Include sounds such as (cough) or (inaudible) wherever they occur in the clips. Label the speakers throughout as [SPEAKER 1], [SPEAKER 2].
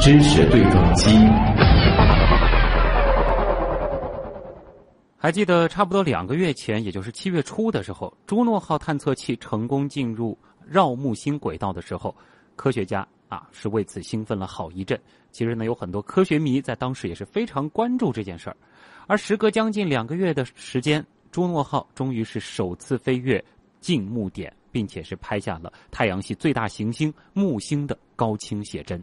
[SPEAKER 1] 知识对撞机，
[SPEAKER 2] 还记得差不多两个月前，也就是七月初的时候，朱诺号探测器成功进入绕木星轨道的时候，科学家啊是为此兴奋了好一阵。其实呢，有很多科学迷在当时也是非常关注这件事儿。而时隔将近两个月的时间，朱诺号终于是首次飞越近木点，并且是拍下了太阳系最大行星木星的高清写真。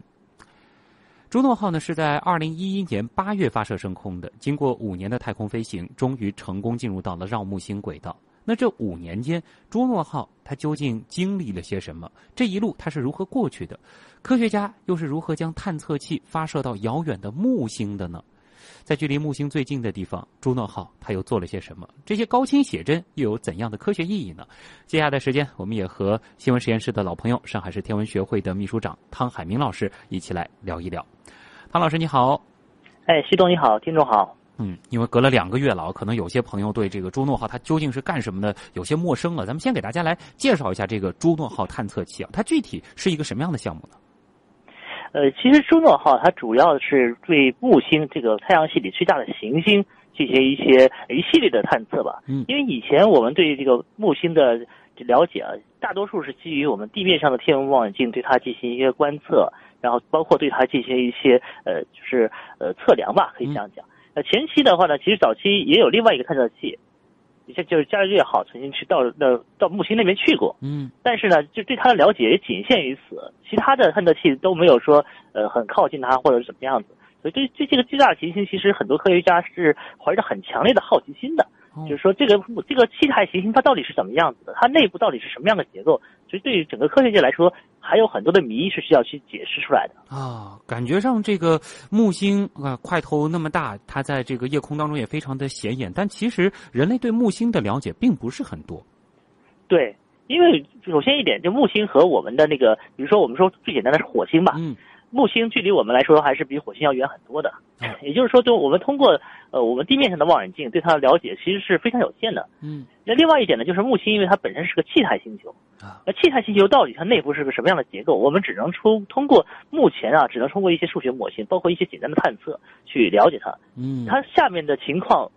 [SPEAKER 2] 朱诺号呢是在二零一一年八月发射升空的，经过五年的太空飞行，终于成功进入到了绕木星轨道。那这五年间，朱诺号它究竟经历了些什么？这一路它是如何过去的？科学家又是如何将探测器发射到遥远的木星的呢？在距离木星最近的地方，朱诺号它又做了些什么？这些高清写真又有怎样的科学意义呢？接下来的时间，我们也和新闻实验室的老朋友、上海市天文学会的秘书长汤海明老师一起来聊一聊。汤老师，你好。
[SPEAKER 3] 哎，西东你好，听众好。
[SPEAKER 2] 嗯，因为隔了两个月了，可能有些朋友对这个朱诺号它究竟是干什么的有些陌生了。咱们先给大家来介绍一下这个朱诺号探测器啊，它具体是一个什么样的项目呢？
[SPEAKER 3] 呃，其实朱诺号它主要是对木星这个太阳系里最大的行星进行一些一系列的探测吧。
[SPEAKER 2] 嗯
[SPEAKER 3] 因为以前我们对这个木星的了解啊，大多数是基于我们地面上的天文望远镜对它进行一些观测，然后包括对它进行一些呃，就是呃测量吧，可以这样讲。那前期的话呢，其实早期也有另外一个探测器，这就是伽利略号曾经去到那到木星那边去过，
[SPEAKER 2] 嗯
[SPEAKER 3] 但是呢，就对它的了解也仅限于此，其他的探测器都没有说呃很靠近它或者是怎么样子。所以对对这个巨大的行星，其实很多科学家是怀着很强烈的好奇心的，
[SPEAKER 2] 哦
[SPEAKER 3] 就是说这个这个气态行星它到底是怎么样子的，它内部到底是什么样的结构？所以对于整个科学界来说，还有很多的谜是需要去解释出来的。
[SPEAKER 2] 啊，感觉上这个木星啊、块头那么大，它在这个夜空当中也非常的显眼。但其实人类对木星的了解并不是很多。
[SPEAKER 3] 对，因为首先一点，就木星和我们的那个，比如说我们说最简单的是火星吧，
[SPEAKER 2] 嗯
[SPEAKER 3] 木星距离我们来说还是比火星要远很多的， (laughs) 也就是说，就我们通过呃我们地面上的望远镜对它的了解其实是非常有限的。
[SPEAKER 2] 嗯
[SPEAKER 3] 那另外一点呢，就是木星因为它本身是个气态星球
[SPEAKER 2] 啊，
[SPEAKER 3] 那气态星球到底它内部是个什么样的结构，我们只能出通过目前啊，只能通过一些数学模型，包括一些简单的探测去了解它。
[SPEAKER 2] 嗯，
[SPEAKER 3] 它下面的情况，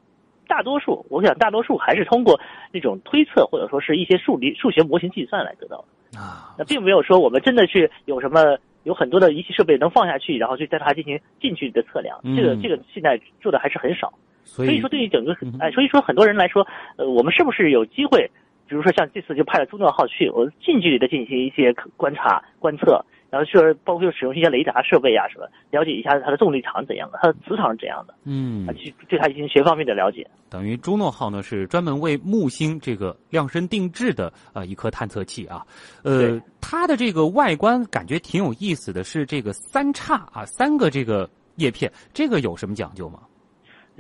[SPEAKER 3] 大多数我想大多数还是通过那种推测或者说是一些数理数学模型计算来得到的。
[SPEAKER 2] 啊
[SPEAKER 3] 那并没有说我们真的去有什么有很多的仪器设备能放下去，然后去对它进行近距离的测量。
[SPEAKER 2] 嗯
[SPEAKER 3] 这个这个现在做的还是很少，
[SPEAKER 2] 所
[SPEAKER 3] 所
[SPEAKER 2] 以
[SPEAKER 3] 以说对于整个
[SPEAKER 2] 嗯哼
[SPEAKER 3] 哎，所以说很多人来说，呃，我们是不是有机会，比如说像这次就派了朱诺号去，我近距离的进行一些观察观测。然后去包括使用一些雷达设备啊什么，了解一下它的动力场怎样的，它的磁场是怎样的，
[SPEAKER 2] 嗯
[SPEAKER 3] 啊，，去对它进行全方面的了解。
[SPEAKER 2] 等于朱诺号呢是专门为木星这个量身定制的呃一颗探测器啊，呃
[SPEAKER 3] 对，
[SPEAKER 2] 它的这个外观感觉挺有意思的，是这个三叉啊，三个这个叶片，这个有什么讲究吗？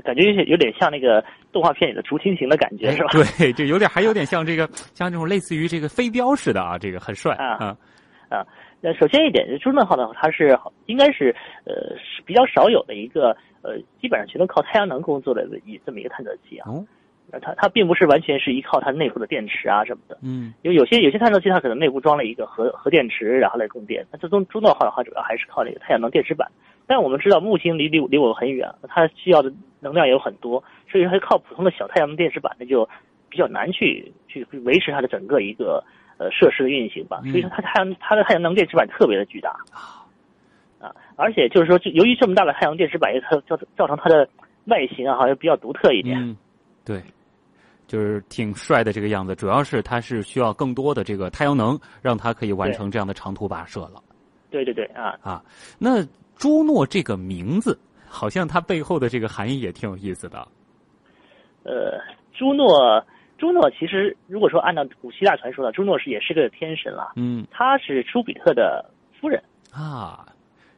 [SPEAKER 3] 感觉有点有点像那个动画片里的竹蜻蜓的感
[SPEAKER 2] (laughs)
[SPEAKER 3] 觉，
[SPEAKER 2] 哎
[SPEAKER 3] 是吧？
[SPEAKER 2] 对，这有点还有点像这个像这种类似于这个飞镖似的啊，这个很帅
[SPEAKER 3] 啊
[SPEAKER 2] 啊，
[SPEAKER 3] 那首先一点，就朱诺号呢，它是应该是呃是比较少有的一个呃，基本上全都靠太阳能工作的一这么一个探测器啊。
[SPEAKER 2] 哦，
[SPEAKER 3] 那它它并不是完全是依靠它内部的电池啊什么的，
[SPEAKER 2] 嗯
[SPEAKER 3] 因为有些有些探测器它可能内部装了一个核核电池，然后来供电。那这宗朱诺号的话，主要还是靠那个太阳能电池板。但我们知道木星离离离我们很远，它需要的能量也有很多，所以说它靠普通的小太阳能电池板，那就比较难去去维持它的整个一个呃设施的运行吧。
[SPEAKER 2] 嗯
[SPEAKER 3] 所以说它太阳它的太阳能电池板特别的巨大啊，而且就是说，就由于这么大的太阳电池板，也它造造成它的外形啊，好像比较独特一点。
[SPEAKER 2] 嗯，对，就是挺帅的这个样子，主要是它是需要更多的这个太阳能，让它可以完
[SPEAKER 3] 对
[SPEAKER 2] 成这样的长途跋涉了。
[SPEAKER 3] 对对对啊，
[SPEAKER 2] 啊，那朱诺这个名字，好像它背后的这个含义也挺有意思的。
[SPEAKER 3] 呃，朱诺，朱诺其实如果说按照古希腊传说呢，朱诺是也是个天神了，
[SPEAKER 2] 嗯
[SPEAKER 3] 她是朱比特的夫人，
[SPEAKER 2] 啊，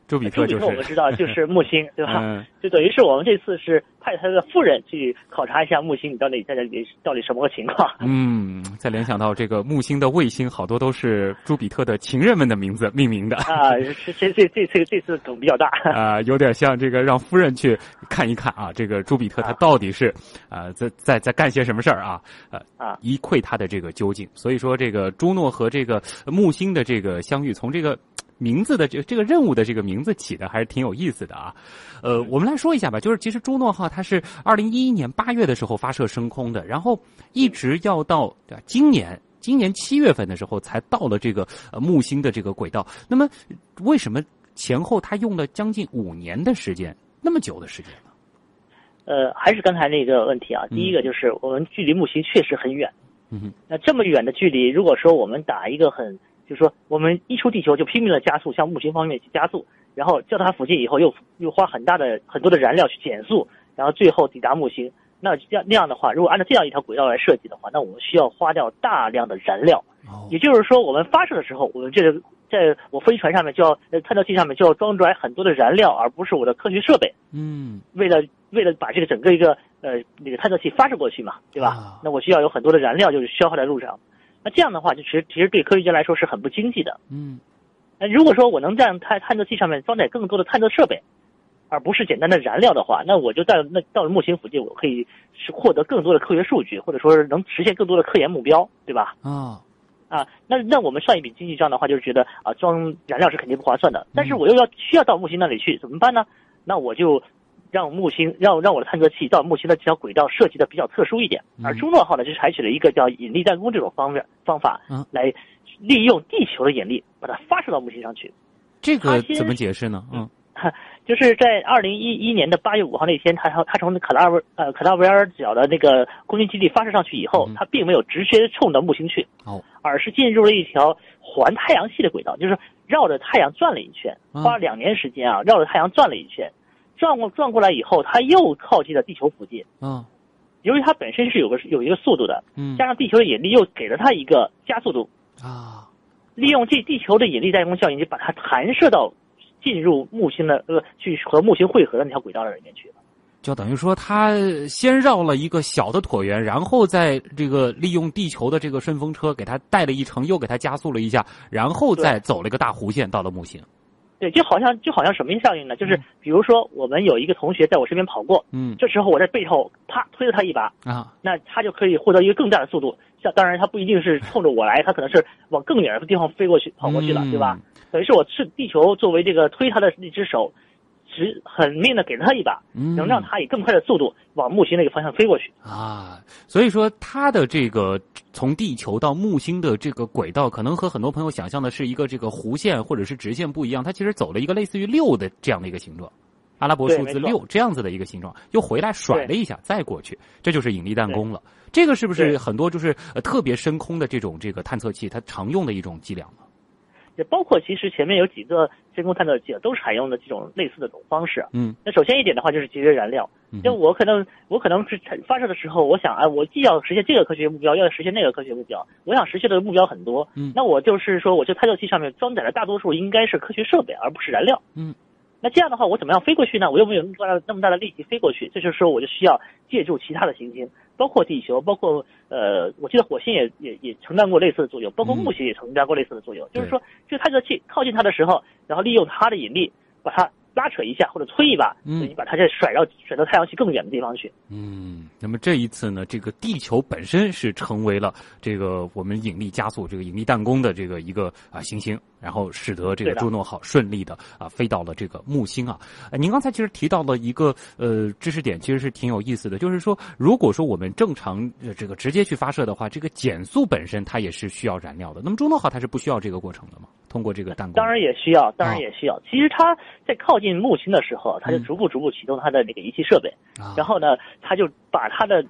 [SPEAKER 2] 朱比特
[SPEAKER 3] 朱比
[SPEAKER 2] 就
[SPEAKER 3] 特我们
[SPEAKER 2] 是，
[SPEAKER 3] 知道
[SPEAKER 2] (laughs)
[SPEAKER 3] 就是木星，对吧？
[SPEAKER 2] 嗯，
[SPEAKER 3] 就等于是我们这次是派他的夫人去考察一下木星，你到底在这里到底什么个情况？
[SPEAKER 2] (laughs) 嗯，再联想到这个木星的卫星，好多都是朱比特的情人们的名字命名的，
[SPEAKER 3] 啊，这这这这次这次梗比较大。 (laughs)
[SPEAKER 2] 啊、有点像这个让夫人去看一看啊，这个朱比特他到底是啊、呃在在在干些什么事儿啊？呃
[SPEAKER 3] 啊，
[SPEAKER 2] 一窥他的这个究竟。所以说，这个呃朱诺和这个呃木星的这个相遇，从这个。名字的这这个任务的这个名字起的还是挺有意思的啊，呃，我们来说一下吧，就是其实朱诺号它是二零一一年八月的时候发射升空的，然后一直要到对吧今年今年七月份的时候才到了这个呃木星的这个轨道。那么为什么前后他用了将近五年的时间，那么久的时间呢？
[SPEAKER 3] 呃，还是刚才那个问题啊，
[SPEAKER 2] 嗯
[SPEAKER 3] 第一个就是我们距离木星确实很远，
[SPEAKER 2] 嗯哼，
[SPEAKER 3] 那这么远的距离，如果说我们打一个很，就是说我们一出地球就拼命的加速，向木星方面去加速，然后到达附近以后又又花很大的很多的燃料去减速，然后最后抵达木星。那这样那样的话，如果按照这样一条轨道来设计的话，那我们需要花掉大量的燃料。
[SPEAKER 2] 哦
[SPEAKER 3] 也就是说，我们发射的时候，我们这个在我飞船上面就要呃探测器上面就要装载很多的燃料，而不是我的科学设备。
[SPEAKER 2] 嗯，
[SPEAKER 3] 为了为了把这个整个一个呃那个探测器发射过去嘛，对吧？
[SPEAKER 2] 啊
[SPEAKER 3] 那我需要有很多的燃料，就是消耗在路上。那这样的话，就其实其实对科学家来说是很不经济的。
[SPEAKER 2] 嗯，
[SPEAKER 3] 那如果说我能在探探测器上面装载更多的探测设备，而不是简单的燃料的话，那我就在那到了木星附近，我可以是获得更多的科学数据，或者说是能实现更多的科研目标，对吧？
[SPEAKER 2] 啊、
[SPEAKER 3] 啊，那那我们算一笔经济账的话，就是觉得啊，装燃料是肯定不划算的。但是
[SPEAKER 2] 嗯
[SPEAKER 3] 我又要需要到木星那里去，怎么办呢？那我就让木星让让我的探测器到木星的这条轨道设计的比较特殊一点。而
[SPEAKER 2] 嗯
[SPEAKER 3] 朱诺号呢，就是采取了一个叫引力弹弓这种方面方法
[SPEAKER 2] 嗯，
[SPEAKER 3] 来利用地球的引力把它发射到木星上去。
[SPEAKER 2] 这个
[SPEAKER 3] 他先
[SPEAKER 2] 怎么解释呢？嗯
[SPEAKER 3] 就是在二零一一年的八月五号那天，他他从卡拉维呃卡拉维尔角的那个空军基地发射上去以后
[SPEAKER 2] 嗯，
[SPEAKER 3] 他并没有直接冲到木星去，
[SPEAKER 2] 哦，
[SPEAKER 3] 而是进入了一条环太阳系的轨道，就是绕着太阳转了一圈，
[SPEAKER 2] 嗯
[SPEAKER 3] 花了两年时间啊，绕着太阳转了一圈，转过转过来以后，他又靠近了地球附近。
[SPEAKER 2] 啊，
[SPEAKER 3] 由于它本身是有个有一个速度的，
[SPEAKER 2] 嗯
[SPEAKER 3] 加上地球的引力又给了它一个加速度，
[SPEAKER 2] 啊，
[SPEAKER 3] 利用这地球的引力弹弓效应，就把它弹射到进入木星的呃去和木星汇合的那条轨道里面去。
[SPEAKER 2] 就等于说他先绕了一个小的椭圆，然后再这个利用地球的这个顺风车给他带了一程，又给他加速了一下，然后再走了一个大弧线到了木星。
[SPEAKER 3] 对，就好像就好像什么效应呢？就是
[SPEAKER 2] 嗯
[SPEAKER 3] 比如说，我们有一个同学在我身边跑过，
[SPEAKER 2] 嗯
[SPEAKER 3] 这时候我在背后啪推了他一把，
[SPEAKER 2] 啊，
[SPEAKER 3] 那他就可以获得一个更大的速度。像当然，他不一定是冲着我来，他可能是往更远的地方飞过去跑过去了，
[SPEAKER 2] 嗯
[SPEAKER 3] 对吧？？等于是我是地球作为这个推他的那只手，只狠命的给了他一把，
[SPEAKER 2] 嗯，
[SPEAKER 3] 能让他以更快的速度往木星那个方向飞过去。
[SPEAKER 2] 啊，所以说它的这个从地球到木星的这个轨道，可能和很多朋友想象的是一个这个弧线或者是直线不一样，它其实走了一个类似于六的这样的一个形状，阿拉伯
[SPEAKER 3] 对
[SPEAKER 2] 数字
[SPEAKER 3] 没错
[SPEAKER 2] 六这样子的一个形状，又回来甩了一下再过去，这就是引力弹弓了。这个是不是
[SPEAKER 3] 对
[SPEAKER 2] 很多就是呃特别深空的这种这个探测器它常用的一种伎俩呢？
[SPEAKER 3] 也包括其实前面有几个深空探测器啊都是采用的这种类似的这种方式。啊
[SPEAKER 2] 嗯，
[SPEAKER 3] 那首先一点的话就是节约燃料，
[SPEAKER 2] 嗯
[SPEAKER 3] 就我可能我可能是发射的时候，我想啊，我既要实现这个科学目标，又要实现那个科学目标，我想实现的目标很多，
[SPEAKER 2] 嗯
[SPEAKER 3] 那我就是说，我这探测器上面装载的大多数应该是科学设备，而不是燃料，
[SPEAKER 2] 嗯。
[SPEAKER 3] 那这样的话，我怎么样飞过去呢？我又没有那么大的那么大的力气飞过去，这就是说，我就需要借助其他的行星，包括地球，包括呃，我记得火星也也也承担过类似的作用，包括
[SPEAKER 2] 嗯
[SPEAKER 3] 木星也承担过类似的作用。就是
[SPEAKER 2] 对
[SPEAKER 3] 说，这个探测器靠近它的时候，然后利用它的引力把它拉扯一下或者推一把，
[SPEAKER 2] 嗯
[SPEAKER 3] 你把它再甩到甩到太阳系更远的地方去。
[SPEAKER 2] 嗯，那么这一次呢，这个地球本身是成为了这个我们引力加速、这个引力弹弓的这个一个啊行星，然后使得这个
[SPEAKER 3] 对的
[SPEAKER 2] 朱诺号顺利的啊飞到了这个木星啊。呃您刚才其实提到了一个呃知识点，其实是挺有意思的，就是说，如果说我们正常呃这个直接去发射的话，这个减速本身它也是需要燃料的。那么朱诺号它是不需要这个过程的吗？通过这个弹弓，
[SPEAKER 3] 当然也需要，当然
[SPEAKER 2] 哦
[SPEAKER 3] 也需要。其实它在靠近木星的时候，它就
[SPEAKER 2] 嗯
[SPEAKER 3] 逐步逐步启动它的那个仪器设备，
[SPEAKER 2] 啊，
[SPEAKER 3] 然后呢，它就把它的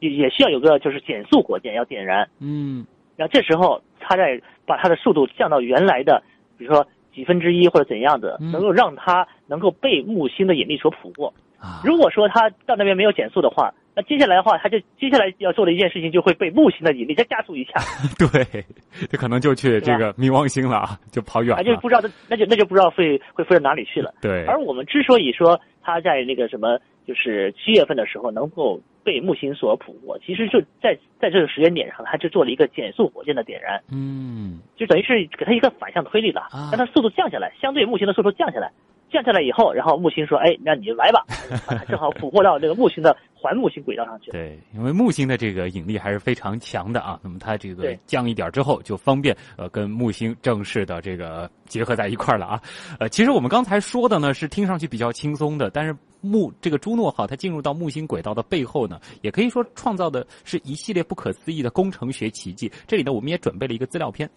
[SPEAKER 3] 也也需要有个就是减速火箭要点燃，
[SPEAKER 2] 嗯
[SPEAKER 3] 然后这时候它再把它的速度降到原来的，比如说几分之一或者怎样的，
[SPEAKER 2] 嗯
[SPEAKER 3] 能够让它能够被木星的引力所捕获。
[SPEAKER 2] 啊，
[SPEAKER 3] 如果说它到那边没有减速的话，那接下来的话，他就接下来要做的一件事情就会被木星的引力再加速一下，
[SPEAKER 2] (laughs) 对，这可能就去
[SPEAKER 3] 对吧
[SPEAKER 2] 这个冥王星了啊，就跑远
[SPEAKER 3] 他就
[SPEAKER 2] 了。
[SPEAKER 3] 不知道那那就那就不知道会会飞到哪里去了。
[SPEAKER 2] 对，
[SPEAKER 3] 而我们之所以说它在那个什么，就是七月份的时候能够被木星所捕获，其实就在在这个时间点上，它就做了一个减速火箭的点燃，
[SPEAKER 2] 嗯，
[SPEAKER 3] 就等于是给它一个反向推力了
[SPEAKER 2] 啊，
[SPEAKER 3] 让它速度降下来，相对木星的速度降下来。降下来以后，然后木星说：“哎，那你来吧。”把它正好捕获到这个木星的环木星轨道上去了。
[SPEAKER 2] 对，因为木星的这个引力还是非常强的啊，那么它这个
[SPEAKER 3] 对
[SPEAKER 2] 降一点之后，就方便呃跟木星正式的这个结合在一块儿了啊。呃，其实我们刚才说的呢是听上去比较轻松的，但是木这个朱诺号它进入到木星轨道的背后呢，也可以说创造的是一系列不可思议的工程学奇迹。这里呢，我们也准备了一个资料片。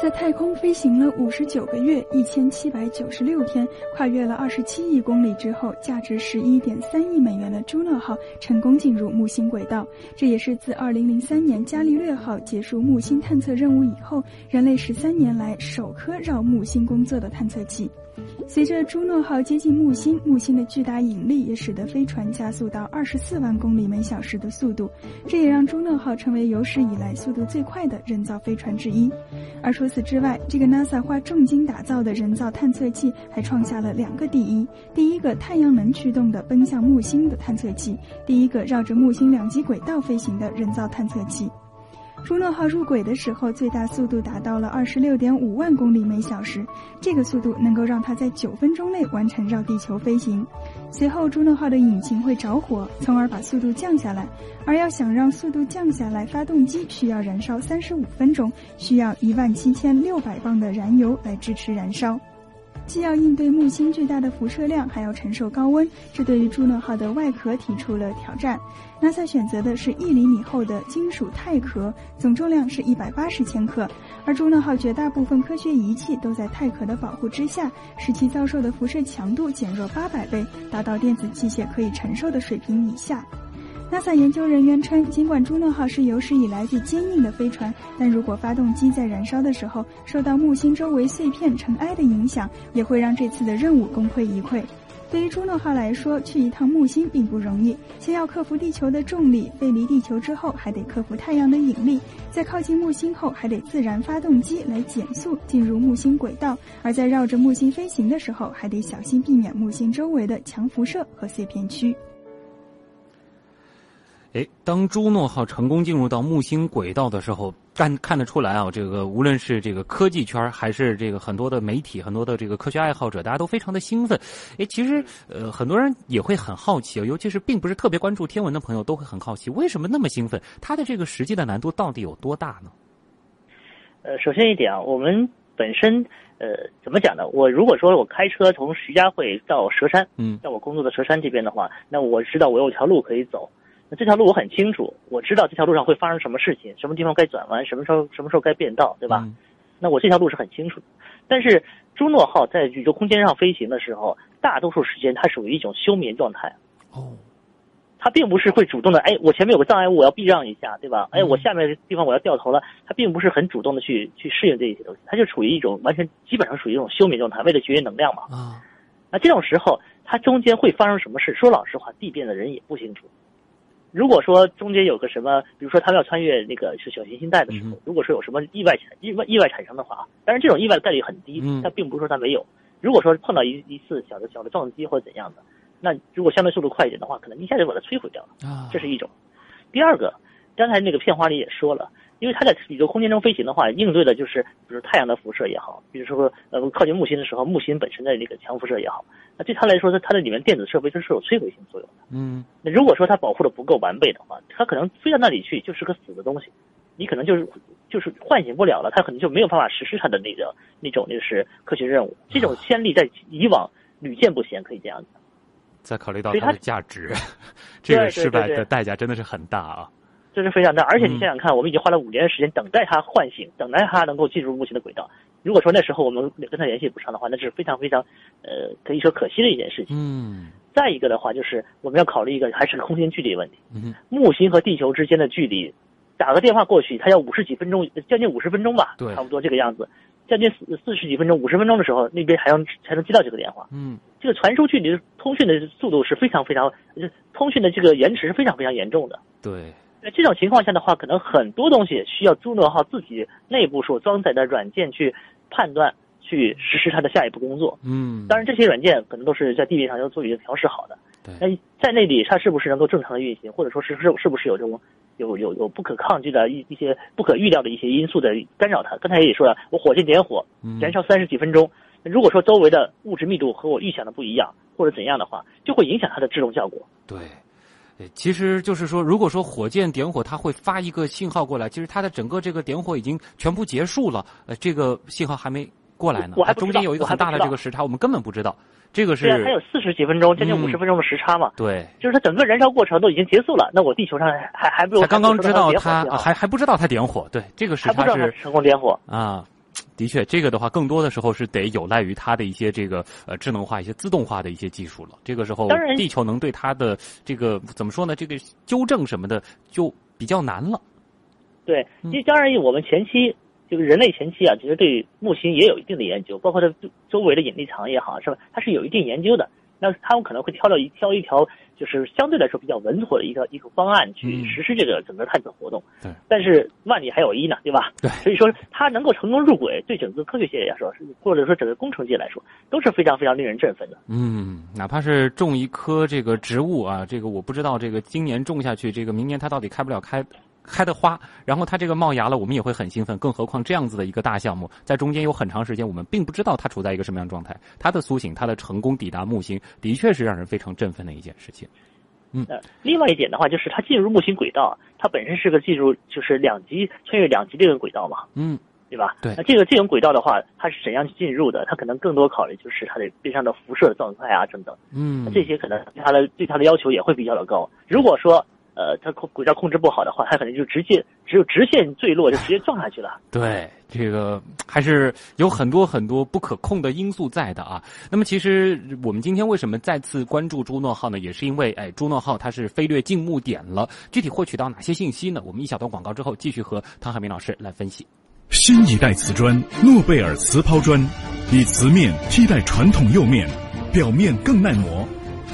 [SPEAKER 1] 在太空飞行了五十九个月一千七百九十六天，跨越了二十七亿公里之后，价值十一点三亿美元的朱诺号成功进入木星轨道。这也是自二零零三年伽利略号结束木星探测任务以后，人类十三年来首颗绕木星工作的探测器。随着朱诺号接近木星，木星的巨大引力也使得飞船加速到二十四万公里每小时的速度，这也让朱诺号成为有史以来速度最快的人造飞船之一。而除此之外，这个 NASA 花重金打造的人造探测器还创下了两个第一：第一个太阳能驱动的奔向木星的探测器，第一个绕着木星两极轨道飞行的人造探测器。朱诺号入轨的时候，最大速度达到了二十六点五万公里每小时，这个速度能够让它在九分钟内完成绕地球飞行。随后，朱诺号的引擎会着火，从而把速度降下来。而要想让速度降下来，发动机需要燃烧三十五分钟，需要一万七千六百磅的燃油来支持燃烧。既要应对木星巨大的辐射量，还要承受高温，这对于朱诺号的外壳提出了挑战。NASA 选择的是一厘米厚的金属钛壳，总重量是一百八十千克，而朱诺号绝大部分科学仪器都在钛壳的保护之下，使其遭受的辐射强度减弱八百倍，达到电子器械可以承受的水平以下。NASA 研究人员称，尽管朱诺号是有史以来最坚硬的飞船，但如果发动机在燃烧的时候受到木星周围碎片、尘埃的影响，也会让这次的任务功亏一篑。对于朱诺号来说，去一趟木星并不容易，先要克服地球的重力，飞离地球之后还得克服太阳的引力，在靠近木星后还得自燃发动机来减速进入木星轨道，而在绕着木星飞行的时候，还得小心避免木星周围的强辐射和碎片区。
[SPEAKER 2] 诶，哎当朱诺号成功进入到木星轨道的时候，看看得出来啊，这个无论是这个科技圈儿，还是这个很多的媒体、很多的这个科学爱好者，大家都非常的兴奋。诶，其实呃，很多人也会很好奇，尤其是并不是特别关注天文的朋友，都会很好奇，为什么那么兴奋？它的这个实际的难度到底有多大呢？
[SPEAKER 3] 呃，首先一点啊，我们本身呃怎么讲呢？我如果说我开车从徐家汇到佘山，
[SPEAKER 2] 嗯
[SPEAKER 3] 到我工作的佘山这边的话，那我知道我有一条路可以走。那这条路我很清楚，我知道这条路上会发生什么事情，什么地方该转弯，什么时候什么时候该变道，对吧？
[SPEAKER 2] 嗯
[SPEAKER 3] 那我这条路是很清楚的。但是朱诺号在宇宙空间上飞行的时候，大多数时间它属于一种休眠状态，
[SPEAKER 2] 哦，
[SPEAKER 3] 它并不是会主动的，哎，我前面有个障碍物，我要避让一下，对吧？哎，
[SPEAKER 2] 嗯
[SPEAKER 3] 我下面的地方我要掉头了，它并不是很主动的去去适应这一些东西，它就处于一种完全基本上属于一种休眠状态，为了节约能量嘛。
[SPEAKER 2] 啊，
[SPEAKER 3] 那这种时候，它中间会发生什么事？说老实话，地变的人也不清楚。如果说中间有个什么，比如说他们要穿越那个是小行星带的时
[SPEAKER 2] 嗯
[SPEAKER 3] 候
[SPEAKER 2] 哼，
[SPEAKER 3] 如果说有什么意外产意外意外产生的话啊，当然这种意外的概率很低
[SPEAKER 2] 嗯，
[SPEAKER 3] 但并不是说它没有。如果说碰到一一次小的小的撞击或者怎样的，那如果相对速度快一点的话，可能一下就把它摧毁掉了，
[SPEAKER 2] 啊
[SPEAKER 3] 这是一种。第二个，刚才那个片花里也说了。因为它在宇宙空间中飞行的话，应对的就是比如太阳的辐射也好，比如说呃靠近木星的时候，木星本身的那个强辐射也好，那对它来说，它它的里面电子设备都是有摧毁性作用的。
[SPEAKER 2] 嗯
[SPEAKER 3] 那如果说它保护的不够完备的话，它可能飞到那里去就是个死的东西，你可能就是就是唤醒不了了，它可能就没有办法实施它的那个那种就是科学任务。这种先例在以往屡见不鲜，可以这样讲。
[SPEAKER 2] 再考虑到
[SPEAKER 3] 所以
[SPEAKER 2] 它的
[SPEAKER 3] 它
[SPEAKER 2] 价值， (laughs) 这个
[SPEAKER 3] 对对
[SPEAKER 2] 失败
[SPEAKER 3] 对对
[SPEAKER 2] 的代价真的是很大啊。
[SPEAKER 3] 这是非常大，而且你
[SPEAKER 2] 嗯
[SPEAKER 3] 想想看，我们已经花了五年的时间等待它唤醒，等待它能够进入木星的轨道。如果说那时候我们跟它联系不上的话，那是非常非常，呃，可以说可惜的一件事情。
[SPEAKER 2] 嗯
[SPEAKER 3] 再一个的话，就是我们要考虑一个还是个空间距离问题。
[SPEAKER 2] 嗯哼，
[SPEAKER 3] 木星和地球之间的距离，打个电话过去，它要五十几分钟，将近五十分钟吧，
[SPEAKER 2] 对
[SPEAKER 3] 差不多这个样子。将近四四十几分钟、五十分钟的时候，那边还能才能接到这个电话。
[SPEAKER 2] 嗯
[SPEAKER 3] 这个传输距离、通讯的速度是非常非常，就是通讯的这个延迟是非常非常严重的。
[SPEAKER 2] 对，
[SPEAKER 3] 在这种情况下的话，可能很多东西需要朱诺号自己内部所装载的软件去判断、去实施它的下一步工作。
[SPEAKER 2] 嗯，
[SPEAKER 3] 当然，这些软件可能都是在地面上要做一个调试好的。那
[SPEAKER 2] 对，
[SPEAKER 3] 在内地，它是不是能够正常的运行，或者说是是是不是有这种有有有不可抗拒的一一些不可预料的一些因素的干扰它？刚才也说了，我火箭点火，
[SPEAKER 2] 嗯
[SPEAKER 3] 燃烧三十几分钟，如果说周围的物质密度和我预想的不一样，或者怎样的话，就会影响它的制动效果。
[SPEAKER 2] 对，呃其实就是说，如果说火箭点火，它会发一个信号过来，其实它的整个这个点火已经全部结束了，呃，这个信号还没过来呢，
[SPEAKER 3] 我还
[SPEAKER 2] 它
[SPEAKER 3] 不
[SPEAKER 2] 中
[SPEAKER 3] 知道
[SPEAKER 2] 间有一个
[SPEAKER 3] 我还
[SPEAKER 2] 很大
[SPEAKER 3] 不
[SPEAKER 2] 的
[SPEAKER 3] 知
[SPEAKER 2] 这个时差，我们根本不知道，这个
[SPEAKER 3] 虽然
[SPEAKER 2] 是
[SPEAKER 3] 还有四十几分钟，将近
[SPEAKER 2] 嗯
[SPEAKER 3] 五十分钟的时差嘛，
[SPEAKER 2] 对。
[SPEAKER 3] 就是它整个燃烧过程都已经结束了，那我地球上还还还不如
[SPEAKER 2] 才刚刚知道
[SPEAKER 3] 它
[SPEAKER 2] 它啊还还不知道它点火，对这个时
[SPEAKER 3] 还不
[SPEAKER 2] 差
[SPEAKER 3] 知道它
[SPEAKER 2] 是
[SPEAKER 3] 成功点火。
[SPEAKER 2] 啊，的确，这个的话，更多的时候是得有赖于它的一些这个呃智能化、一些自动化的一些技术了。这个时候
[SPEAKER 3] 当，然
[SPEAKER 2] 地球能对它的这个怎么说呢？这个纠正什么的就比较难了。
[SPEAKER 3] 对，
[SPEAKER 2] 嗯
[SPEAKER 3] 因为当然我们前期就是人类前期啊，其实对木星也有一定的研究，包括它周周围的引力场也好，是吧？它是有一定研究的。那他们可能会挑到一挑一条，就是相对来说比较稳妥的一个一个方案去
[SPEAKER 2] 嗯
[SPEAKER 3] 实施这个整个探测活动。
[SPEAKER 2] 对
[SPEAKER 3] 但是万里还有一呢，对吧？
[SPEAKER 2] 对
[SPEAKER 3] 所以说它能够成功入轨，对整个科学界来说，是或者说整个工程界来说，都是非常非常令人振奋的。
[SPEAKER 2] 嗯，哪怕是种一棵这个植物啊，这个我不知道，这个今年种下去，这个明年它到底开不了开开的花，然后它这个冒芽了，我们也会很兴奋。更何况这样子的一个大项目，在中间有很长时间，我们并不知道它处在一个什么样的状态。它的苏醒，它的成功抵达木星，的确是让人非常振奋的一件事情。
[SPEAKER 3] 呃，另外一点的话，就是它进入木星轨道，它本身是个进入就是两极穿越两极的一个轨道嘛。
[SPEAKER 2] 嗯，
[SPEAKER 3] 对吧？
[SPEAKER 2] 对
[SPEAKER 3] 那这个这种轨道的话，它是怎样去进入的？它可能更多考虑就是它的边上的辐射状态啊等等，
[SPEAKER 2] 嗯
[SPEAKER 3] 那，这些可能对它的对它的要求也会比较的高。如果说呃它控轨道控制不好的话，它可能就直接只有直线坠落，就直接撞下去了。
[SPEAKER 2] 对，这个还是有很多很多不可控的因素在的啊。那么，其实我们今天为什么再次关注朱诺号呢？也是因为，哎，朱诺号它是飞掠近目点了。具体获取到哪些信息呢？我们一小段广告之后，继续和汤海明老师来分析。
[SPEAKER 4] 新一代瓷砖诺贝尔瓷抛砖，以瓷面替代传统釉面，表面更耐磨；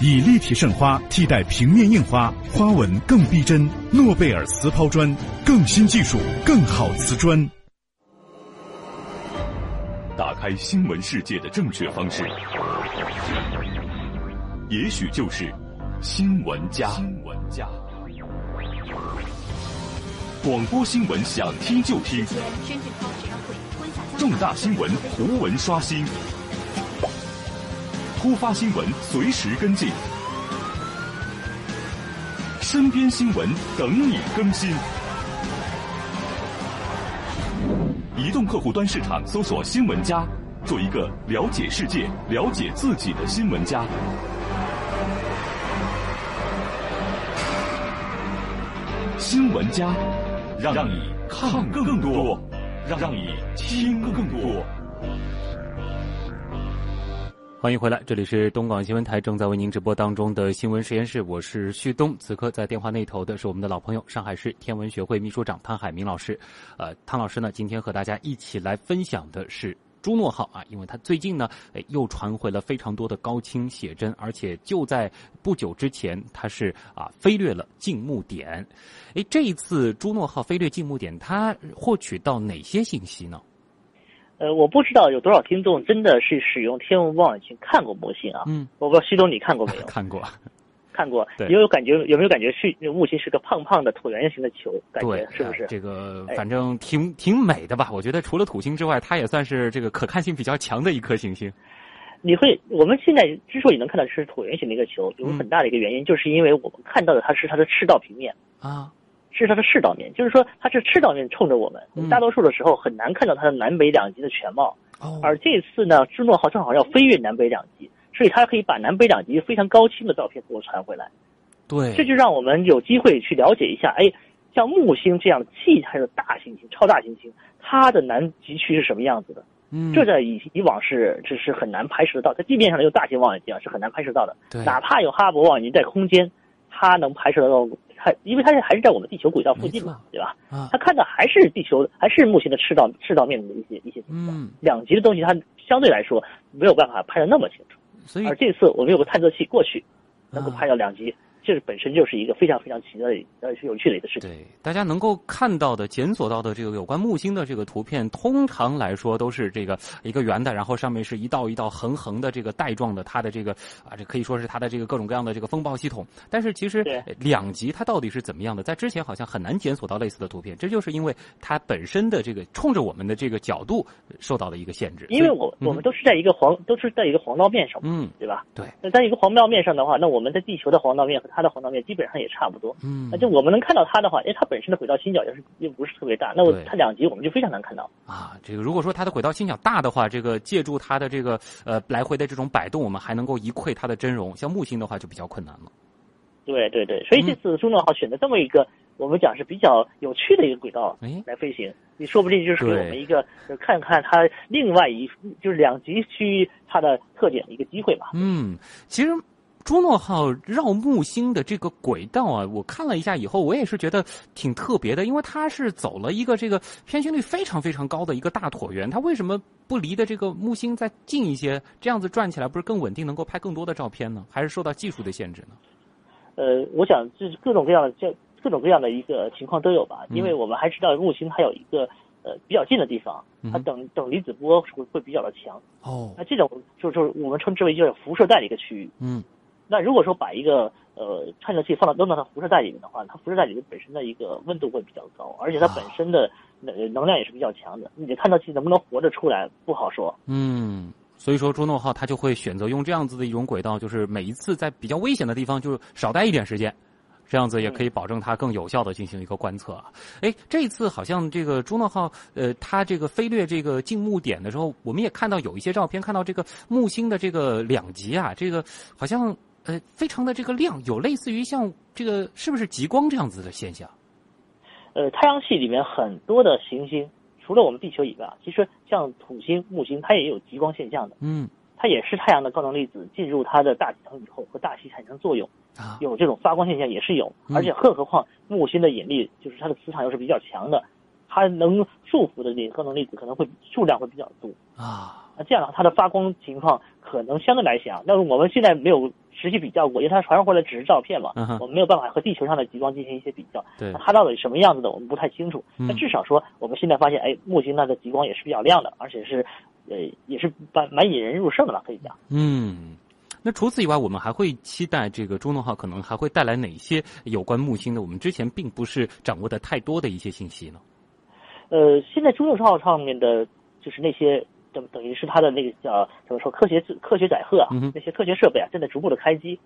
[SPEAKER 4] 以立体渗花替代平面印花，花纹更逼真。诺贝尔瓷抛砖，更新技术，更好瓷砖。
[SPEAKER 5] 打开新闻世界的正确方式，也许就是新闻家。新闻家，广播新闻想听就听，
[SPEAKER 6] 深圳超演唱会婚纱
[SPEAKER 5] 重大新闻图文刷新，突发新闻随时跟进，身边新闻等你更新。移动客户端市场搜索“新闻家”，做一个了解世界、了解自己的新闻家。新闻家，让让你看更多，让让你听更多。
[SPEAKER 2] 欢迎回来，这里是东广新闻台正在为您直播当中的新闻实验室，我是旭东。此刻在电话那头的是我们的老朋友，上海市天文学会秘书长汤海明老师。呃，汤老师呢，今天和大家一起来分享的是。朱诺号啊，因为它最近呢，哎，又传回了非常多的高清写真，而且就在不久之前，它是啊飞掠了近目点。哎，这一次朱诺号飞掠近目点，它获取到哪些信息呢？
[SPEAKER 3] 呃，我不知道有多少听众真的是使用天文望远镜看过木星啊。
[SPEAKER 2] 嗯，
[SPEAKER 3] 我不知道西东你看过没有？
[SPEAKER 2] 看过，
[SPEAKER 3] 看过，
[SPEAKER 2] 对
[SPEAKER 3] 也有感觉有没有感觉是木星是个胖胖的椭圆形的球，感
[SPEAKER 2] 对
[SPEAKER 3] 觉，是不
[SPEAKER 2] 呃
[SPEAKER 3] 是？
[SPEAKER 2] 这个
[SPEAKER 3] 哎
[SPEAKER 2] 反正挺挺美的吧？我觉得除了土星之外，它也算是这个可看性比较强的一颗行星。
[SPEAKER 3] 你会，我们现在之所以能看到是椭圆形的一个球，有
[SPEAKER 2] 嗯
[SPEAKER 3] 很大的一个原因，就是因为我们看到的它是它的赤道平面，
[SPEAKER 2] 啊，
[SPEAKER 3] 是它的赤道面，就是说它是赤道面冲着我们
[SPEAKER 2] 嗯，
[SPEAKER 3] 大多数的时候很难看到它的南北两极的全貌。
[SPEAKER 2] 哦
[SPEAKER 3] 而这次呢，朱诺号正好要飞越南北两极，所以它可以把南北两极非常高清的照片给我传回来，
[SPEAKER 2] 对，
[SPEAKER 3] 这就让我们有机会去了解一下，哎，像木星这样气态的大行星、超大行星，它的南极区是什么样子的？
[SPEAKER 2] 嗯
[SPEAKER 3] 这在以以往是这是很难拍摄得到，在地面上的用大型望远镜啊是很难拍摄到的，
[SPEAKER 2] 对
[SPEAKER 3] 哪怕有哈勃望远镜在空间，它能拍摄得到，还因为它是还是在我们地球轨道附
[SPEAKER 2] 没
[SPEAKER 3] 近嘛
[SPEAKER 2] 错，
[SPEAKER 3] 对吧？
[SPEAKER 2] 啊
[SPEAKER 3] 它，看的还是地球，还是木星的赤道赤道面的一些一些情况。
[SPEAKER 2] 嗯，
[SPEAKER 3] 两极的东西，它相对来说没有办法拍得那么清楚。
[SPEAKER 2] 所以
[SPEAKER 3] 而这次我们有个探测器过去，能够
[SPEAKER 2] 啊
[SPEAKER 3] 拍到两极，这是本身就是一个非常非常奇的呃是有趣的一个事情。
[SPEAKER 2] 对，大家能够看到的、检索到的这个有关木星的这个图片，通常来说都是这个一个圆的，然后上面是一道一道横横的这个带状的，它的这个啊，这可以说是它的这个各种各样的这个风暴系统。但是其实
[SPEAKER 3] 对
[SPEAKER 2] 呃两极它到底是怎么样的，在之前好像很难检索到类似的图片，这就是因为它本身的这个冲着我们的这个角度呃受到了一个限制。
[SPEAKER 3] 因为
[SPEAKER 2] 所以
[SPEAKER 3] 我
[SPEAKER 2] 嗯
[SPEAKER 3] 我们都是在一个黄都是在一个黄道面上嘛，
[SPEAKER 2] 嗯
[SPEAKER 3] 对吧？
[SPEAKER 2] 对，
[SPEAKER 3] 那在一个黄道面上的话，那我们在地球的黄道面和它的黄道面基本上也差不多。
[SPEAKER 2] 嗯
[SPEAKER 3] 呃那就我们能看到它的话，因为它本身的轨道倾角也是又不是特别大，那我
[SPEAKER 2] 对
[SPEAKER 3] 它两极我们就非常难看到。
[SPEAKER 2] 啊，这个如果说它的轨道倾角大的话，这个借助它的这个呃来回的这种摆动，我们还能够一窥它的真容。像木星的话就比较困难了。
[SPEAKER 3] 对对对，所以
[SPEAKER 2] 嗯
[SPEAKER 3] 这次中诺号选择这么一个我们讲是比较有趣的一个轨道
[SPEAKER 2] 哎，
[SPEAKER 3] 来飞行，你说不定就是给
[SPEAKER 2] 对
[SPEAKER 3] 我们一个呃看看它另外一就是两极区域它的特点的一个机会吧。
[SPEAKER 2] 嗯，其实朱诺号绕木星的这个轨道啊，我看了一下以后，我也是觉得挺特别的，因为它是走了一个这个偏旋率非常非常高的一个大椭圆，它为什么不离的这个木星再近一些？这样子转起来不是更稳定，能够拍更多的照片呢？还是受到技术的限制呢？
[SPEAKER 3] 呃，我想这是各种各样的这各种各样的一个情况都有吧，
[SPEAKER 2] 嗯
[SPEAKER 3] 因为我们还知道木星它有一个呃比较近的地方，它
[SPEAKER 2] 嗯
[SPEAKER 3] 等等离子波会会比较的强，
[SPEAKER 2] 哦
[SPEAKER 3] 那，这种就就是我们称之为就是辐射带的一个区域。
[SPEAKER 2] 嗯
[SPEAKER 3] 那如果说把一个呃探测器放到扔到它辐射带里面的话，它辐射带里面本身的一个温度会比较高，而且它
[SPEAKER 2] 啊
[SPEAKER 3] 本身的呃能能量也是比较强的。你的探测器能不能活着出来不好说。
[SPEAKER 2] 嗯。所以说，朱诺号它就会选择用这样子的一种轨道，就是每一次在比较危险的地方，就是少待一点时间，这样子也可以保证它更有效的进行一个观测啊。哎，这一次好像这个朱诺号，呃，它这个飞掠这个近木点的时候，我们也看到有一些照片，看到这个木星的这个两极啊，这个好像呃非常的这个亮，有类似于像这个是不是极光这样子的现象？
[SPEAKER 3] 呃，太阳系里面很多的行星，除了我们地球以外，其实像土星、木星，它也有极光现象的，
[SPEAKER 2] 嗯
[SPEAKER 3] 它也是太阳的高能粒子进入它的大气层以后和大气产生作用，
[SPEAKER 2] 啊，
[SPEAKER 3] 有这种发光现象也是有，
[SPEAKER 2] 嗯
[SPEAKER 3] 而且更何况木星的引力就是它的磁场又是比较强的，它能束缚的这个高能粒子可能会数量会比较多。
[SPEAKER 2] 啊，
[SPEAKER 3] 那这样的话，它的发光情况可能相对来讲，那我们现在没有实际比较过，因为它传回来只是照片嘛，
[SPEAKER 2] 嗯哼
[SPEAKER 3] 我们没有办法和地球上的极光进行一些比较。
[SPEAKER 2] 对
[SPEAKER 3] 那，它到底什么样子的，我们不太清楚。
[SPEAKER 2] 嗯
[SPEAKER 3] 但至少说，我们现在发现，哎，木星它的极光也是比较亮的，而且是，呃，也是蛮蛮引人入胜的吧，可以讲。
[SPEAKER 2] 嗯，那除此以外，我们还会期待这个朱诺号可能还会带来哪些有关木星的我们之前并不是掌握的太多的一些信息呢？
[SPEAKER 3] 呃，现在中国号上面的，就是那些等等于是它的那个叫怎么说科学科学载荷啊，
[SPEAKER 2] 嗯哼
[SPEAKER 3] 那些科学设备啊，正在逐步的开机。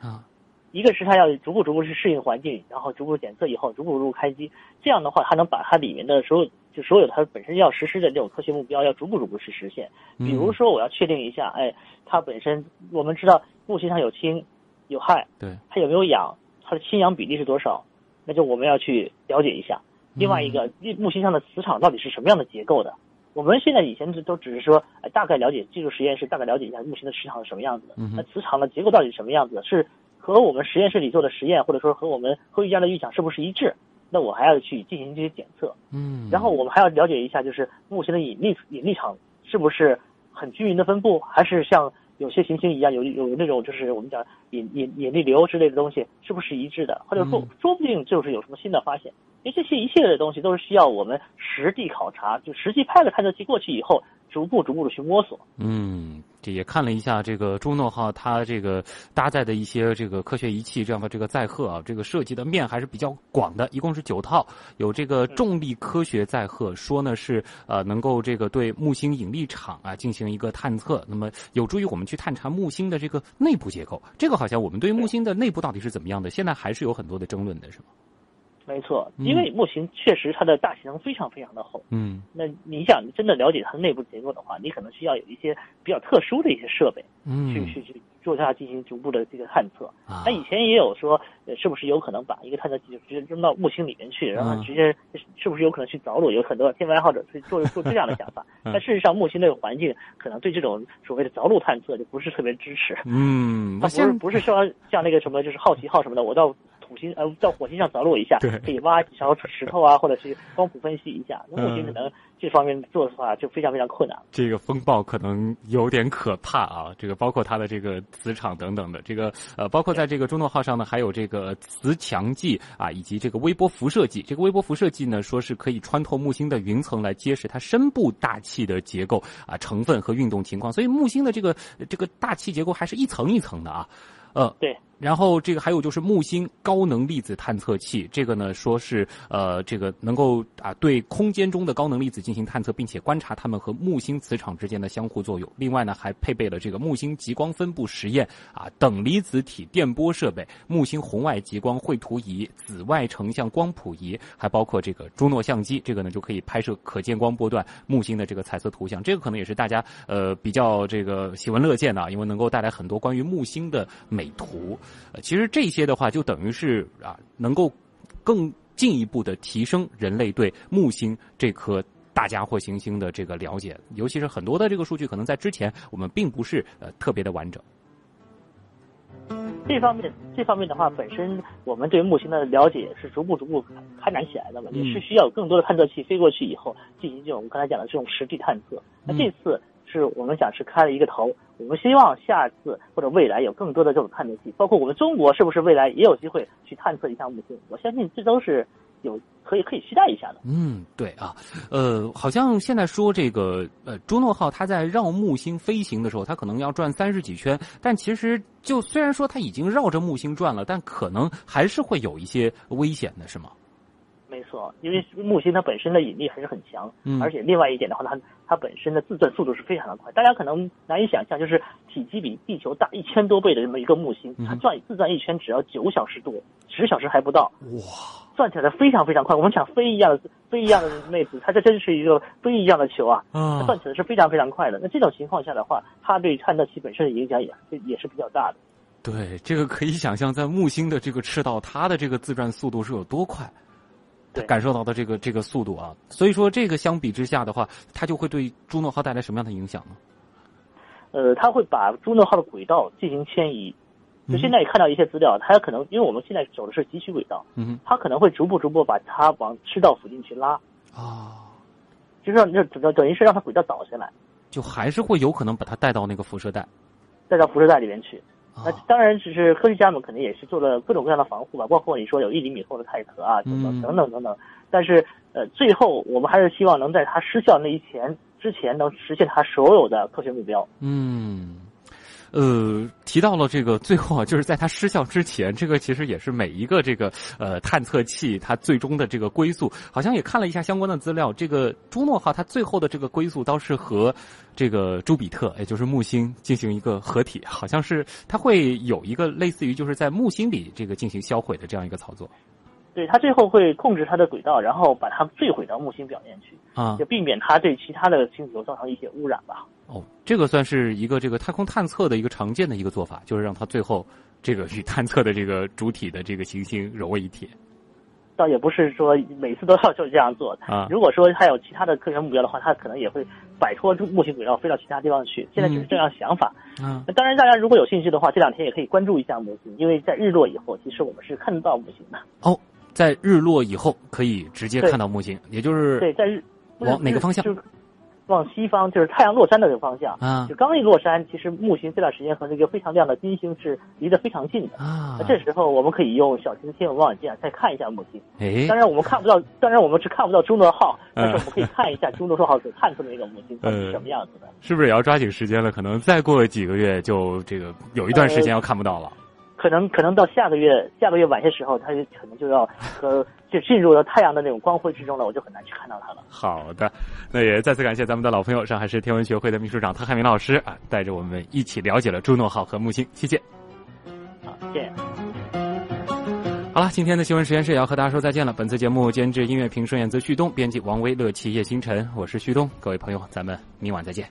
[SPEAKER 2] 啊，
[SPEAKER 3] 一个是它要逐步逐步去适应环境，然后逐步检测以后，逐步逐步开机。这样的话，它能把它里面的所有就所有它本身要实施的这种科学目标，要逐步逐步去实现。比如
[SPEAKER 2] 嗯
[SPEAKER 3] 说，我要确定一下，哎，它本身我们知道木星上有氢有氦，
[SPEAKER 2] 对，
[SPEAKER 3] 它有没有氧，它的氢氧比例是多少，那就我们要去了解一下。另外一个，
[SPEAKER 2] 嗯
[SPEAKER 3] 木星上的磁场到底是什么样的结构的？我们现在以前只都只是说，哎，大概了解进入实验室，大概了解一下木星的磁场是什么样子的
[SPEAKER 2] 嗯哼，
[SPEAKER 3] 那磁场的结构到底是什么样子的？是和我们实验室里做的实验，或者说和我们科学家的预想是不是一致？那我还要去进行这些检测。
[SPEAKER 2] 嗯，
[SPEAKER 3] 然后我们还要了解一下，就是木星的引力引力场是不是很均匀的分布，还是像有些行星一样有有那种就是我们讲引引引力流之类的东西是不是一致的，或者说
[SPEAKER 2] 嗯
[SPEAKER 3] 说不定就是有什么新的发现。因为这些一切的东西都是需要我们实地考察，就实际派了探测器过去以后，逐步逐步的去摸索。
[SPEAKER 2] 嗯，这也看了一下这个朱诺号，它这个搭载的一些这个科学仪器，这样的这个载荷啊，这个涉及的面还是比较广的，一共是九套，有这个重力科学载荷，说呢是呃能够这个对木星引力场啊进行一个探测，那么有助于我们去探查木星的这个内部结构。这个好像我们对于木星的内部到底是怎么样的，现在还是有很多的争论的，是吗？
[SPEAKER 3] 没错，
[SPEAKER 2] 嗯
[SPEAKER 3] 因为木星确实它的大气层非常非常的厚，
[SPEAKER 2] 嗯
[SPEAKER 3] 那你想真的了解它的内部结构的话，你可能需要有一些比较特殊的一些设备
[SPEAKER 2] 嗯
[SPEAKER 3] 去去去做它进行逐步的这个探测。
[SPEAKER 2] 啊
[SPEAKER 3] 那以前也有说，呃是不是有可能把一个探测器就直接扔到木星里面去，然后
[SPEAKER 2] 嗯
[SPEAKER 3] 直接是不是有可能去着陆？有很多天文爱好者去做做这样的想法，
[SPEAKER 2] 嗯
[SPEAKER 3] 但事实上木星那个环境可能对这种所谓的着陆探测就不是特别支持。
[SPEAKER 2] 嗯，那
[SPEAKER 3] 它不是
[SPEAKER 2] 现
[SPEAKER 3] 不是说像那个什么就是好奇号什么的，我到土星呃到火星上着落一下
[SPEAKER 2] 对，
[SPEAKER 3] 可以挖几勺石头啊，或者是光谱分析一下。那木星可
[SPEAKER 2] 嗯
[SPEAKER 3] 能这方面做的话就非常非常困难了。
[SPEAKER 2] 这个风暴可能有点可怕啊，这个包括它的这个磁场等等的，这个呃，包括在这个中诺号上呢，还有这个呃磁强计啊，以及这个微波辐射啊计。这个微波辐射计呢，说是可以穿透木星的云层来揭示它深部大气的结构啊、成分和运动情况。所以木星的这个呃这个大气结构还是一层一层的啊，呃，
[SPEAKER 3] 对，
[SPEAKER 2] 然后这个还有就是木星高能粒子探测器，这个呢说是呃这个能够啊对空间中的高能粒子进行探测，并且观察它们和木星磁场之间的相互作用。另外呢还配备了这个木星极光分布实验啊等离子体电波设备、木星红外极光绘图仪、紫外成像光谱仪，还包括这个朱诺相机，这个呢就可以拍摄可见光波段木星的这个彩色图像。这个可能也是大家呃比较这个喜闻乐见的啊，因为能够带来很多关于木星的美图。呃其实这些的话，就等于是啊，能够更进一步的提升人类对木星这颗。大家伙行星的这个了解，尤其是很多的这个数据，可能在之前我们并不是呃特别的完整。
[SPEAKER 3] 这方面这方面的话，本身我们对木星的了解是逐步逐步开展起来的嘛，
[SPEAKER 2] 嗯
[SPEAKER 3] 也是需要有更多的探测器飞过去以后进行这种我们刚才讲的这种实地探测。那这次是我们想是开了一个头，我们希望下次或者未来有更多的这种探测器，包括我们中国是不是未来也有机会去探测一下木星？我相信这都是有可以可以期待一下的。
[SPEAKER 2] 嗯，对啊，呃，好像现在说这个呃，朱诺号它在绕木星飞行的时候，它可能要转三十几圈，但其实就虽然说它已经绕着木星转了，但可能还是会有一些危险的，是吗？
[SPEAKER 3] 没错，因为木星它本身的引力还是很强，
[SPEAKER 2] 嗯
[SPEAKER 3] 而且另外一点的话，它它本身的自转速度是非常的快，大家可能难以想象，就是体积比地球大一千多倍的这么一个木星
[SPEAKER 2] 嗯，
[SPEAKER 3] 它转自转一圈只要九小时多，十小时还不到，
[SPEAKER 2] 哇，
[SPEAKER 3] 转起来非常非常快。我们想飞一样的飞一样的妹子，它这真是一个飞一样的球啊，它
[SPEAKER 2] 啊
[SPEAKER 3] 转起来是非常非常快的。那这种情况下的话，它对探测器本身的影响也也是比较大的。
[SPEAKER 2] 对，这个可以想象，在木星的这个赤道，它的这个自转速度是有多快，它
[SPEAKER 3] 对
[SPEAKER 2] 感受到的这个这个速度啊。所以说，这个相比之下的话，它就会对朱诺号带来什么样的影响呢？
[SPEAKER 3] 呃，它会把朱诺号的轨道进行迁移。就
[SPEAKER 2] 嗯
[SPEAKER 3] 现在也看到一些资料，它可能因为我们现在走的是急需轨道，
[SPEAKER 2] 嗯
[SPEAKER 3] 它可能会逐步逐步把它往赤道附近去拉，
[SPEAKER 2] 哼
[SPEAKER 3] 哦
[SPEAKER 2] 啊，
[SPEAKER 3] 就是让就等等于是让它轨道倒下来，
[SPEAKER 2] 就还是会有可能把它带到那个辐射带。
[SPEAKER 3] 带到辐射带里面去。
[SPEAKER 2] 啊
[SPEAKER 3] 那当然，只是科学家们肯定也是做了各种各样的防护吧，包括你说有一厘米厚的钛壳啊，等
[SPEAKER 2] 嗯
[SPEAKER 3] 等等等等等。但是呃，最后我们还是希望能在它失效那一前之前，能实现它所有的科学目标。
[SPEAKER 2] 嗯，呃，提到了这个最后啊，就是在它失效之前，这个其实也是每一个这个呃探测器它最终的这个归宿，好像也看了一下相关的资料，这个朱诺号它最后的这个归宿倒是和这个朱比特，也就是木星进行一个合体，好像是它会有一个类似于就是在木星里这个进行销毁的这样一个操作
[SPEAKER 3] 对，它最后会控制它的轨道，然后把它坠毁到木星表面去。
[SPEAKER 2] 啊
[SPEAKER 3] 就。避免它对其他的星球造成一些污染吧。
[SPEAKER 2] 哦，这个算是一个这个太空探测的一个常见的一个做法，就是让它最后这个与探测的这个主体的这个行星融为一体
[SPEAKER 3] 倒也不是说每次都要就是这样做 (laughs) 的。
[SPEAKER 2] 啊。
[SPEAKER 3] 如果说它有其他的科学目标的话，它可能也会摆脱木星轨道飞到其他地方
[SPEAKER 2] 嗯
[SPEAKER 3] 去。现在只是这样想法。
[SPEAKER 2] 啊，
[SPEAKER 3] 那当然，大家如果有兴趣的话，这两天也可以关注一下木星，因为在日落以后，其实我们是看得到木星的。
[SPEAKER 2] 哦，在日落以后可以直接
[SPEAKER 3] 对
[SPEAKER 2] 看到木星，也就是
[SPEAKER 3] 对，在日
[SPEAKER 2] 往哪个方向
[SPEAKER 3] 就是往西方，就是太阳落山的这个方向。
[SPEAKER 2] 啊
[SPEAKER 3] 就刚一落山，其实木星这段时间和这个非常亮的金星是离得非常近的。
[SPEAKER 2] 啊
[SPEAKER 3] 那，这时候我们可以用小型天文望远镜啊再看一下木星。
[SPEAKER 2] 哎
[SPEAKER 3] 当然我们看不到，当然我们是看不到朱诺号，但
[SPEAKER 2] 嗯
[SPEAKER 3] 是我们可以看一下朱诺号所探测的那个木星它是什么样子的。
[SPEAKER 2] 是不是也要抓紧时间了？可能再过几个月就这个有一段时间
[SPEAKER 3] 呃
[SPEAKER 2] 要看不到了。
[SPEAKER 3] 可能可能到下个月下个月晚些时候，它就可能就要和就进入了太阳的那种光辉之中了，我就很难去看到它了。
[SPEAKER 2] 好的，那也再次感谢咱们的老朋友上海市天文学会的秘书长汤汉明老师啊，带着我们一起了解了朱诺号和木星，谢谢。
[SPEAKER 3] 啊，这样。
[SPEAKER 2] 好了，今天的新闻实验室也要和大家说再见了。本次节目监制音乐评顺眼自旭东，编辑王威、乐器叶星辰，我是旭东，各位朋友，咱们明晚再见。